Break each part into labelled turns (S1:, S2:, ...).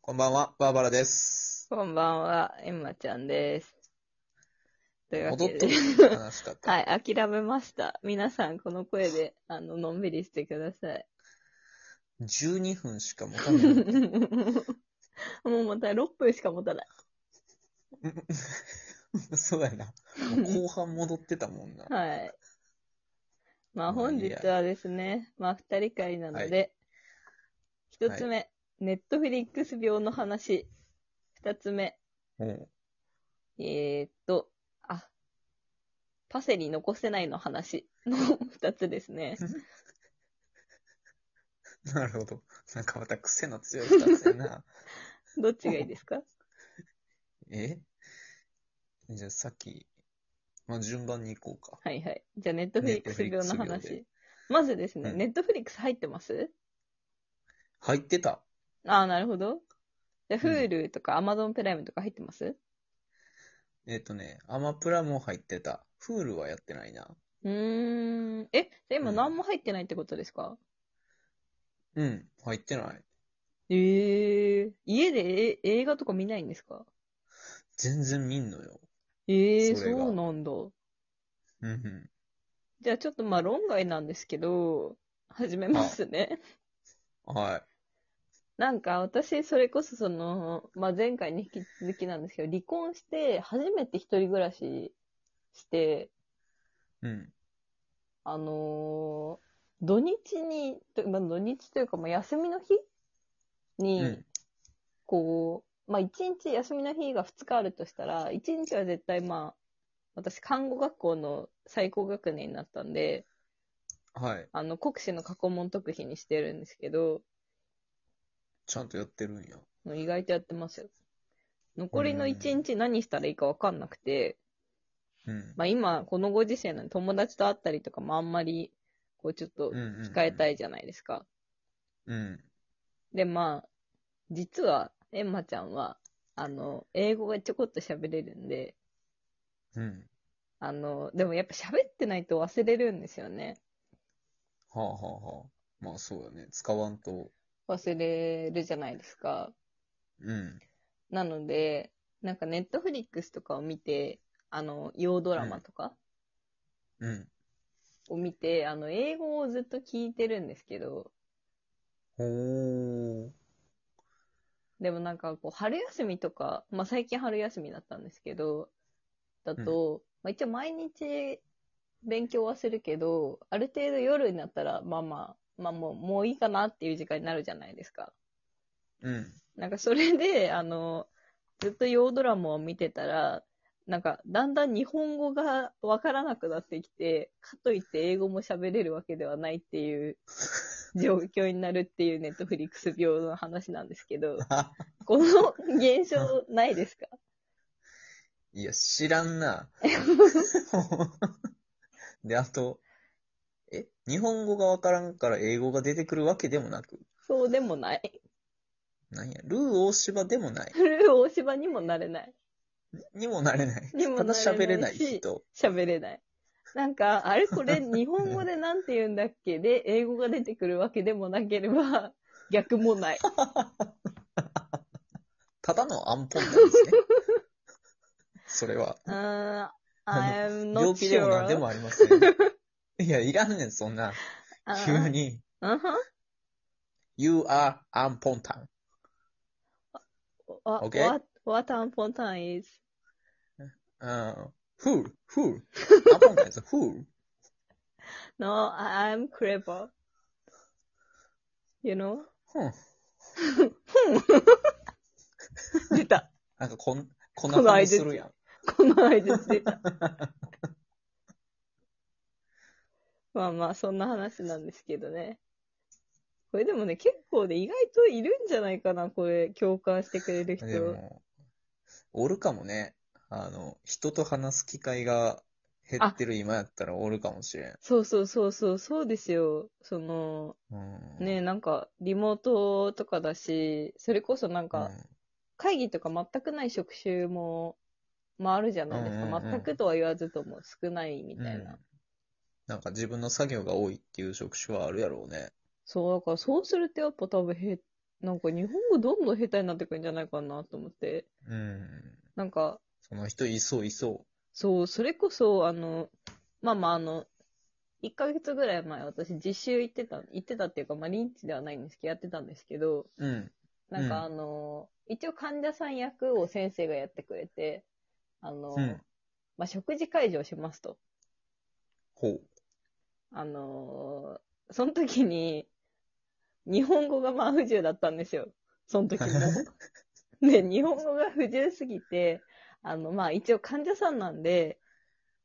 S1: こんばんは、バーバラです。
S2: こんばんは、エンマちゃんです。というわ
S1: 戻っ
S2: け
S1: と
S2: で
S1: く。悲しかった。
S2: はい、諦めました。皆さん、この声で、あの、のんびりしてください。
S1: 12分しか持たない。
S2: もうまた6分しか持たない。
S1: そうやな。もう後半戻ってたもんな。
S2: はい。まあ、
S1: まあ
S2: 本
S1: いい
S2: 日
S1: や
S2: はですね、まあ、二人会なので、一、つ目、ネットフリックス病の話。二つ目、
S1: も
S2: えー、っと、あ、パセリ残せないの話の二つですね。
S1: う、なるほど。なんかまた癖の強い二つやな。
S2: どっちがいいですか
S1: えじゃあさっき、まあ、順番に行こうか。
S2: はいはい。じゃあ、ネットフリックス病の
S1: Netflix 病
S2: 話。まずですね、
S1: うん
S2: ネットフリックス入ってます
S1: 入ってた。
S2: ああ、なるほど。
S1: う
S2: じゃあ、
S1: ん
S2: Hulu とか Amazon プライムとか入ってます
S1: えっ、とね、アマプラも入ってた。フールはやってないな。
S2: うーん。え、じゃあ今
S1: うん
S2: 何も入ってないってことですか、
S1: うん、入ってない。
S2: ええ家でえ映画とか見ないんですか
S1: 全然見んのよ。
S2: ええ
S1: それが
S2: そうなんだ。
S1: うんうん。
S2: じゃあちょっとまあ論外なんですけど、始めますね。
S1: はい。
S2: なんか私、それこそその、まあ、前回に引き続きなんですけど、離婚して、初めて一人暮らしして、
S1: うん。
S2: あのー土日に、とまあ、土日というか、まあ、休みの日に、
S1: うん
S2: こう、まあ、一日休みの日が2日あるとしたら、一日は絶対まあ、私、看護学校の最高学年になったんで、
S1: はい。
S2: あの、国試の過去問特費にしてるんですけど、
S1: ちゃんとやってるんや。
S2: もう意外とやってますよ。残りの一日何したらいいかわかんなくて、
S1: うん。
S2: まあ、今、このご時世なんで友達と会ったりとかもあんまり、こう、ちょっと控
S1: 控
S2: えた
S1: い。
S2: いじゃないですか。
S1: うん。
S2: で、まあ、実は、エンマちゃんは、あの、英語がちょこっと喋れるんで、
S1: うん。
S2: あの、でもやっぱ喋ってないと忘れるんですよね。
S1: はあはあはあ。まあそうだね。使わんと。
S2: 忘れるじゃないですか。
S1: うん。
S2: なので、なんかネットフリックスとかを見て、あの、洋ドラマとか
S1: うん。
S2: を見て、あの、英語をずっと聞いてるんですけど、
S1: ほー。
S2: でもなんかこう、春休みとか、まあ最近春休みだったんですけど、だと、まあ一応毎日勉強はするけど、ある程度夜になったら、まあまあ、まあもう、もういいかなっていう時間になるじゃないですか。
S1: うん。
S2: なんかそれで、 あの、ずっと洋ドラマを見てたら、なんかだんだん日本語がわからなくなってきて、かといって英語も喋れるわけではないっていう状況になるっていうネットフリックス病の話なんです けど。この現象ないですか
S1: いや、知らん な。で、あと、え日本語がわからんから英語が出てくるわけでもなく、
S2: そうでもない。
S1: なんや、ルー大芝でもない。
S2: フル大芝にもなれない。
S1: にもなれない。
S2: にも
S1: ただ
S2: なれないし
S1: 喋れない人。
S2: 喋れない。なんか、あれこれ日本語でなんて言うんだっけで、英語が出てくるわけでもなければ、逆もない。
S1: ただのアンポンなんですね。 それは。
S2: うーん、
S1: あ
S2: I'm
S1: 病
S2: not
S1: 気でも何で
S2: sure.
S1: もありま せん。いや、いらんねん、そんな。
S2: あー
S1: 急に。
S2: うんふん
S1: You are on Pontan.
S2: What-
S1: Okay.
S2: what- What a m p o n t i is?
S1: うん。Fool, fool. on Pontan is a fool.
S2: No, I'm clever. You know?
S1: ふん。
S2: 出た。
S1: なんかこん、こん
S2: この
S1: な
S2: 相
S1: 感
S2: 槌
S1: じするやん。
S2: この間出た。 まあまあ、そんな話なんですけどね。これでもね、結構ね、意外といるんじゃないかな、これ、共感してくれる人。
S1: でも、おるかもね。あの、人と話す機会が減ってる今やったらおるかもしれん。
S2: そうそうそうそう、そうですよ。その、
S1: うん。
S2: ね、なんか、リモートとかだし、それこそなん
S1: うん、
S2: か、会議とか全くない職種も、まああるじゃないですか。
S1: うんうんうん
S2: 全くとは言わずとも少ないみたいな。
S1: うんなんか自分の作業が多いっていう職種はあるやろうね。
S2: そう、だからそうするとやっぱ多分減なんか日本語どんどん下手になってくるんじゃないかなと思って。
S1: うん。
S2: なんか、
S1: その人いそういそ
S2: そう、それこそ、あの、まあまあ、あの、1ヶ月ぐらい前、私、実習行ってた、行ってたっていうか、まあ、リンチではないんですけど、やってたんですけど、
S1: う。うん。
S2: なん
S1: うん
S2: かあの、一応患者さん役を先生がやってくれて、あの、
S1: うん
S2: まあ、食事会場しますと。
S1: ほう。
S2: あのーその時に、日本語がまあ不自由だったんですよ。その 時も。で、日本語が不自由すぎて、あの、まあ一応患者さんなんで、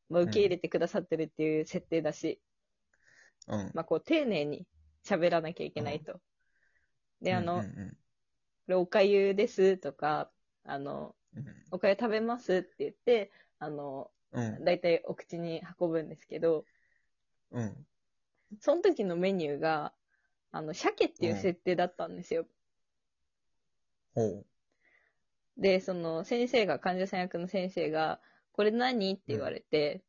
S2: まあ、受け入れてくださってるっていう設定だし、
S1: うん。
S2: まあこう丁寧に喋らなきゃいけないと。で、あの、
S1: うんうん
S2: これおかゆですとか、あの、
S1: うん
S2: おかゆ食べますって言って、あの、
S1: うん。
S2: だいたいお口に運ぶんですけど、
S1: うん。うん。
S2: その時のメニューが、あの、鮭っていう設定だったんですよ。
S1: ほ
S2: で、その、先生が、患者さん役の先生が、これ何って言われて、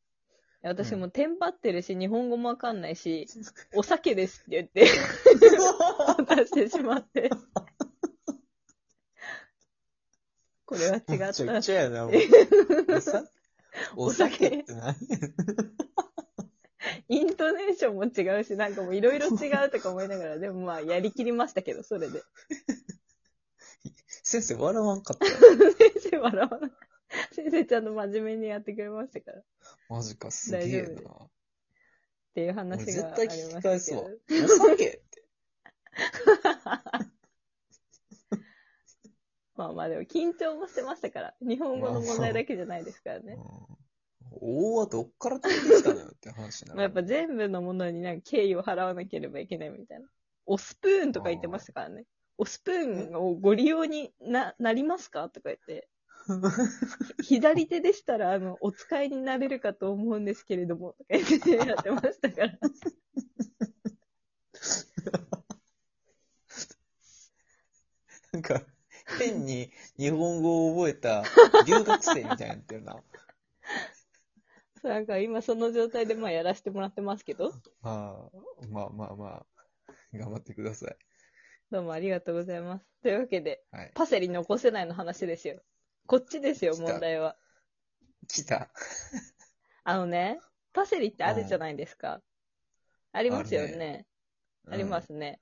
S2: 私もうテンパってるし、日本語もわかんないし、お酒ですって言って、出してしまって。 これは違
S1: う。
S2: っ
S1: めちゃ
S2: た
S1: く。ちゃやな、もう おさお酒って何
S2: イントネーションも違うし、なんかもういろいろ違うとか思いながら、でもまあ、やりきりましたけど、それで。
S1: 先生笑わんかった。
S2: 先生笑わない。先生ちゃんと真面目にやってくれましたから。っ
S1: マジか、すげえ
S2: 大丈
S1: な。
S2: ていう話があり
S1: 俺絶対
S2: ましたけど。
S1: 聞き返すわお酒って。
S2: まあまあでも緊張もしてましたから。日本語の問題だけじゃないですからね。
S1: うん。大はどっから取ってきたのよって話になる。
S2: まあやっぱ全部のものになんか敬意を払わなければいけないみたいな。おスプーンとか言ってましたからね。おスプーンをご利用にななりますかとか言って。 ひ左手でしたら、あの、お使いになれるかと思うんですけれども、とか言ってやってましたから。
S1: なんか、変に日本語を覚えた留学生みたいになってるな。
S2: そう なんか今その状態でまあやらせてもらってますけど、
S1: まあ、まあまあまあ、頑張ってください。
S2: どうもありがとうございます。というわけで、
S1: はい。
S2: パセリ残せないの話ですよ。こっちですよ、
S1: 来た
S2: 問題は。
S1: 来た。
S2: あのね、パセリってあるじゃないですか。ありますよ
S1: ある
S2: ね。ありますね。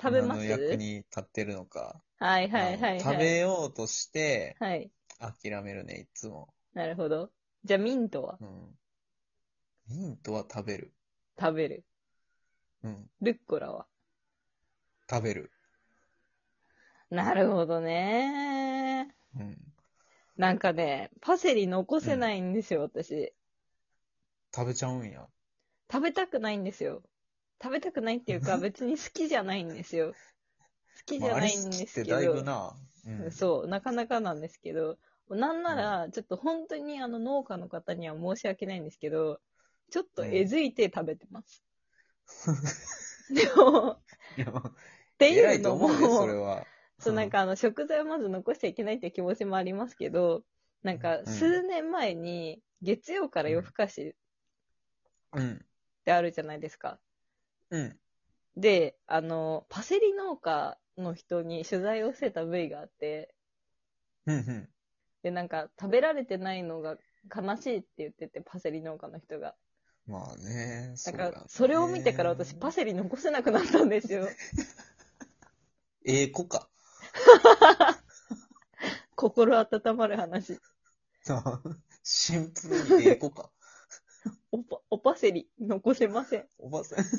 S1: うん。
S2: 食べ
S1: 今
S2: ます
S1: の役に立ってるのか。
S2: はいはいはいはい。
S1: 食べようとして、
S2: はい。
S1: 諦めるね、いつも。
S2: なるほど。じゃあミントは
S1: うん。ミントは食べる。
S2: 食べる。
S1: うん。
S2: ルッコラは
S1: 食べる。
S2: なるほどね。
S1: うん。
S2: なんかね、パセリ残せないんですよ、私。
S1: 食べちゃうんや。
S2: 食べたくないんですよ。食べたくないっていうか、別に好きじゃないんですよ。好きじ
S1: ま
S2: ゃ
S1: あ、あ
S2: な
S1: れ
S2: いん
S1: 好き
S2: で
S1: っ
S2: す
S1: て
S2: け
S1: だいぶ
S2: ど、
S1: な。うん。
S2: そう、なかなかなんですけど、なんなら、ちょっと本当にあの農家の方には申し訳ないんですけど、ちょっとえずいて食べてます。 でも、っ
S1: いや
S2: て
S1: 偉
S2: いう
S1: いと
S2: の
S1: 思
S2: も、
S1: うね、それ
S2: そ
S1: は。
S2: うなんかあの食材をまず残しちゃいけないっていう気持ちもありますけど、なんか
S1: うん
S2: 数年前に月曜から夜更かしっ
S1: うん。
S2: てあるじゃないですか。
S1: うん。
S2: で、あの、パセリ農家の人に取材をしてた部位があって、
S1: うん。うん。
S2: で、なんか、食べられてないのが悲しいって言ってて、パセリ農家の人が。
S1: まあね。
S2: だ
S1: そう
S2: か
S1: だ
S2: ら
S1: ね、
S2: それを見てから私、パセリ残せなくなったんで すよ。
S1: ええ子か。
S2: 心温まる話。
S1: シンプルにええ子か。
S2: おパ、おパセリ、残せません。
S1: おばさん。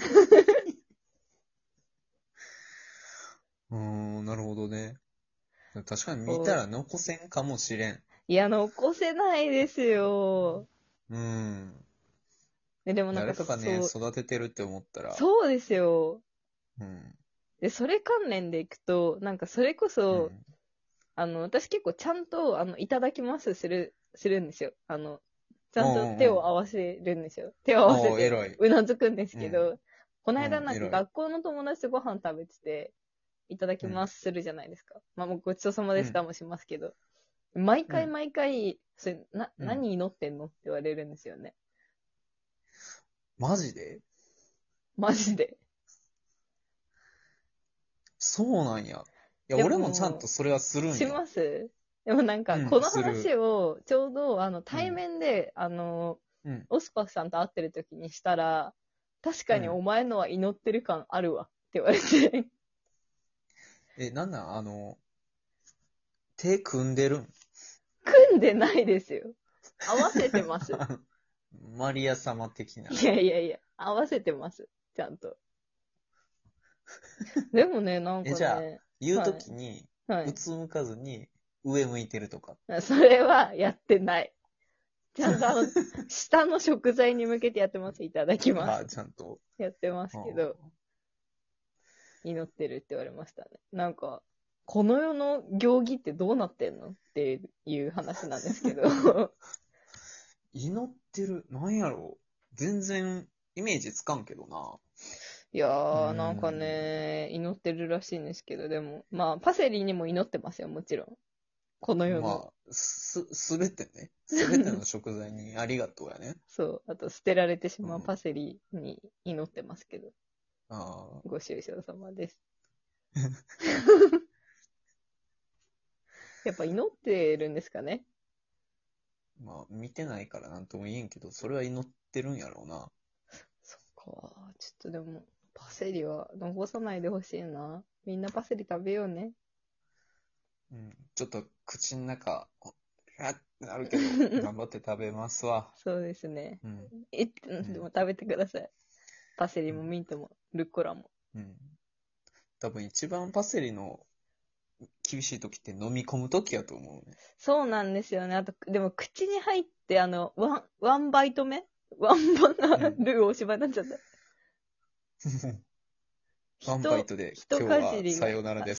S1: うーん、なるほどね。確かに見たら残せんかもしれん。
S2: いや、残せないですよ。
S1: うん。
S2: ででもなんか、
S1: 誰かがね、
S2: そう、
S1: 育ててるって思ったら。
S2: そうですよ。
S1: うん。
S2: で、それ関連でいくと、なんか、それこ
S1: う
S2: そ、
S1: ん。
S2: あの、私結構ちゃんと、あの、いただきますする、するんですよ。あの、ちゃんと手を合わせるんですよ。手を合わせ
S1: おー
S2: て、
S1: 偉い。
S2: うなずくんですけ
S1: う
S2: ど、この間
S1: うん
S2: なんか
S1: 偉い
S2: 学校の友達とご飯食べてて、いただきますするじゃないですか。まあもうごちそうさまでしたもしますけど、毎回
S1: うん
S2: 毎回、それ、な、
S1: うん
S2: 何祈ってんのって言われるんですよね。
S1: マジで
S2: マジで。
S1: そうなんや。や、
S2: でも
S1: 俺もちゃんとそれはするんよ。
S2: しますでもなんか
S1: うん、
S2: この
S1: する
S2: 話を、ちょうど、あの、対面で、あの、
S1: うん。
S2: オスパフさんと会ってる時にしたら、確かにお前のは祈ってる感あるわって言われて、
S1: え、なんなんあの、手組んでるん
S2: 組んでないですよ。合わせ てます。い
S1: マリア様的 な。
S2: やいやいや、合わせてます。ちゃんと。でもね、なんか
S1: えじゃ
S2: ね、
S1: 言うときに、
S2: は
S1: うつむかずに、上向いてるとか。
S2: い。それはやってない。ちゃんとあの、 下の食材に向けてやってます。いただきます。
S1: あ、ちゃんと。
S2: やってますけど、祈ってるって言われましたね。なんか、この世の行儀ってどうなってんのっていう話なんですけ ど。
S1: 祈ってる。なんやろう。全然、イメージつかんけどな。
S2: いやー、
S1: うん
S2: なんかね、祈ってるらしいんですけど、でも、まあ、パセリにも祈ってますよ、もちろん。この世の。
S1: まあ、す、すべてね。すべての食材にありがとうやね。
S2: そう。あと、捨てられてしまううんパセリに祈ってますけど、
S1: ああ。
S2: ご愁傷 様です。やっぱ祈ってるんですかね
S1: まあ、見てないからなんとも言えんけど、それは祈ってるんやろうな。
S2: そっか。ちょっとでも、パセリは残さないでほしいな。みんなパセリ食べよう ね。
S1: うん。ちょっと、口の中、おあってなるけ ど、頑張って食べますわ。
S2: そうですね。
S1: うん。
S2: え、うんんでも食べてください。パセリもミントも、ルッコラも。
S1: うん。多分一番パセリの厳しい時って飲み込む時やと思うね。
S2: そうなんですよね。あと、でも口に入って、あの、ワン、ワンバイト目ワンバナ
S1: う
S2: ル
S1: ん
S2: ーお芝居になっちゃった。
S1: ワンバイトで
S2: 人
S1: 今日
S2: かじり
S1: は
S2: が
S1: さようならです。